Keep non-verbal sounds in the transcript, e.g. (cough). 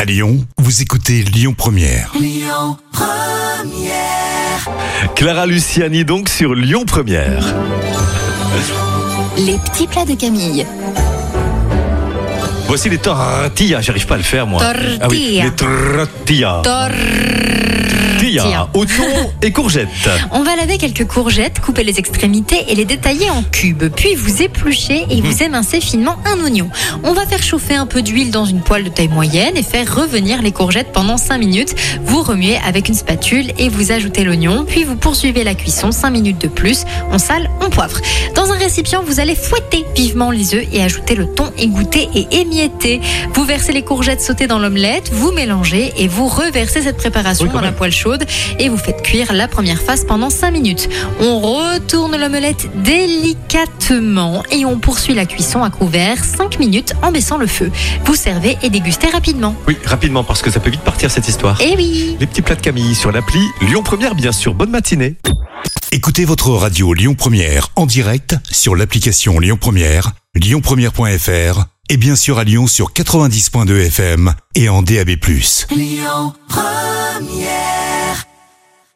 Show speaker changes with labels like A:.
A: À Lyon, vous écoutez Lyon Première.
B: Clara Luciani donc sur Lyon Première.
C: Les petits plats de Camille.
B: Voici les tortillas, j'arrive pas à le faire moi.
C: Tortilla.
B: Ah oui, les tortillas. Tortillas, oignons et
C: (laughs)
B: courgettes.
C: On va laver quelques courgettes, couper les extrémités et les détailler en cubes. Puis vous épluchez et
B: Mhm.
C: vous émincez finement un oignon. On va faire chauffer un peu d'huile dans une poêle de taille moyenne et faire revenir les courgettes pendant 5 minutes. Vous remuez avec une spatule et vous ajoutez l'oignon. Puis vous poursuivez la cuisson 5 minutes de plus. On sale, on poivre. Dans un récipient, vous allez fouetter vivement les œufs et ajouter le thon égoutté et émietté. Vous versez les courgettes sautées dans l'omelette, vous mélangez et vous reversez cette préparation
B: Oui, quand
C: dans la
B: même.
C: poêle chaude et vous faites cuire la première phase pendant 5 minutes. On retourne l'omelette délicatement et on poursuit la cuisson à couvert 5 minutes en baissant le feu. Vous servez et dégustez rapidement.
B: Oui, rapidement parce que ça peut vite partir cette histoire.
C: Eh oui
B: Les petits plats de Camille sur l'appli Lyon Première bien sûr. Bonne matinée.
A: Écoutez votre radio Lyon Première en direct sur l'application Lyon Première, lyonpremière.fr et bien sûr à Lyon sur 90.2 FM et en DAB+.